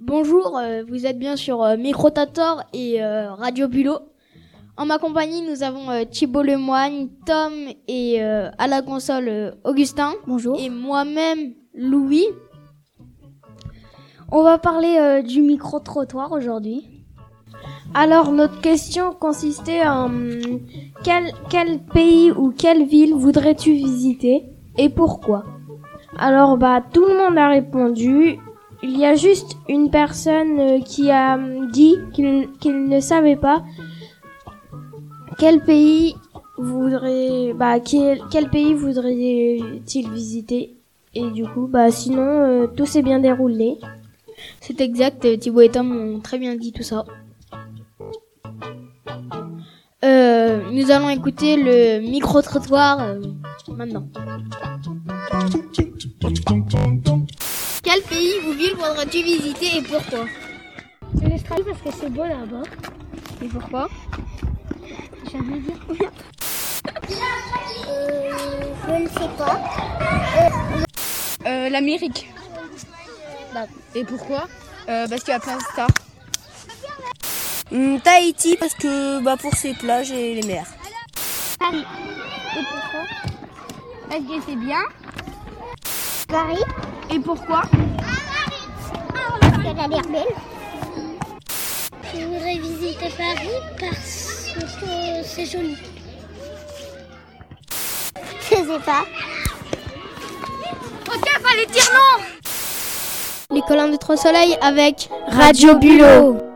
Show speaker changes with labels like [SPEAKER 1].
[SPEAKER 1] Bonjour, euh, vous êtes bien sur euh, Microtator et euh, Radio Bulot. En ma compagnie, nous avons euh, Thibaut Lemoigne, Tom et euh, à la console euh, Augustin
[SPEAKER 2] Bonjour.
[SPEAKER 1] et moi-même Louis.
[SPEAKER 2] On va parler euh, du micro-trottoir aujourd'hui. Alors, notre question consistait en hum, quel, quel pays ou quelle ville voudrais-tu visiter et pourquoi Alors, bah, tout le monde a répondu. Il y a juste une personne euh, qui a hum, dit qu'il qu'il ne savait pas quel pays voudrait, bah, quel, quel pays voudrait-il visiter. Et du coup, bah, sinon, euh, tout s'est bien déroulé.
[SPEAKER 1] C'est exact, euh, Thibaut et Tom ont très bien dit tout ça. Euh, nous allons écouter le micro-trottoir euh, maintenant. Quel pays ou ville voudrais-tu visiter et pourquoi
[SPEAKER 3] C'est l'Australie parce que c'est beau là-bas.
[SPEAKER 1] Et pourquoi
[SPEAKER 3] J'avais dit.
[SPEAKER 4] Euh,
[SPEAKER 5] Je ne sais pas.
[SPEAKER 4] Euh, L'Amérique. Et pourquoi Euh, Parce qu'il y a plein de stars. Hmm, Tahiti parce que bah pour ses plages et les mers.
[SPEAKER 3] Parce que c'est bien.
[SPEAKER 5] Paris,
[SPEAKER 4] Et pourquoi
[SPEAKER 5] parce qu'elle a l'air belle. Je voudrais visiter Paris parce que c'est joli. Je sais pas.
[SPEAKER 1] Les collins de Trois Soleils avec Radio Bulot.